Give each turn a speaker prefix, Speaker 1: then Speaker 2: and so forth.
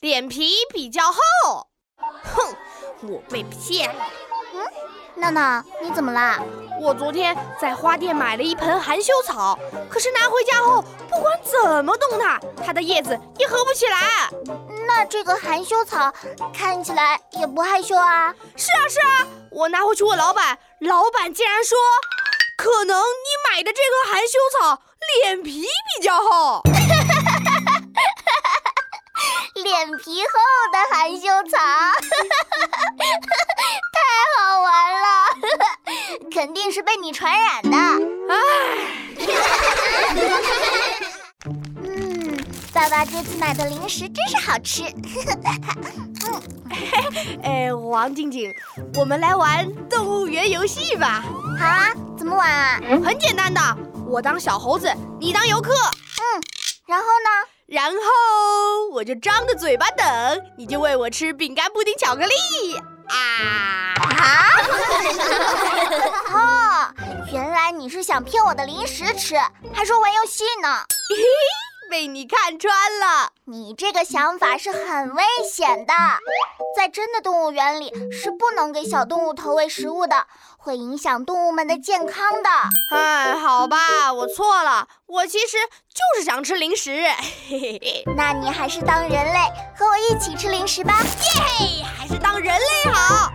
Speaker 1: 脸皮比较厚。哼，我被骗了。
Speaker 2: 娜娜，你怎么啦？
Speaker 1: 我昨天在花店买了一盆含羞草，可是拿回家后，不管怎么动它，它的叶子也合不起来。
Speaker 2: 那这个含羞草看起来也不害羞啊。
Speaker 1: 是啊，是啊，我拿回去问老板，老板竟然说，可能你买的这棵含羞草脸皮比较厚。
Speaker 2: 脸皮厚的含羞草， 太好玩了，肯定是被你传染的。嗯，爸爸这次买的零食真是好吃。
Speaker 1: 哎，王静静，我们来玩动物园游戏吧，
Speaker 2: 好啊，怎么玩啊？
Speaker 1: 很简单的，我当小猴子，你当游客，
Speaker 2: 然后呢？
Speaker 1: 然后我就张着嘴巴等，你就喂我吃饼干、布丁、巧克力啊！
Speaker 2: 哦，原来你是想骗我的零食吃，还说玩游戏呢。
Speaker 1: 被你看穿了。
Speaker 2: 你这个想法是很危险的，在真的动物园里是不能给小动物投喂食物的，会影响动物们的健康的。
Speaker 1: 哎，好吧，我错了，我其实就是想吃零食。 嘿嘿嘿，
Speaker 2: 那你还是当人类，和我一起吃零食吧。
Speaker 1: 嘿，还是当人类好。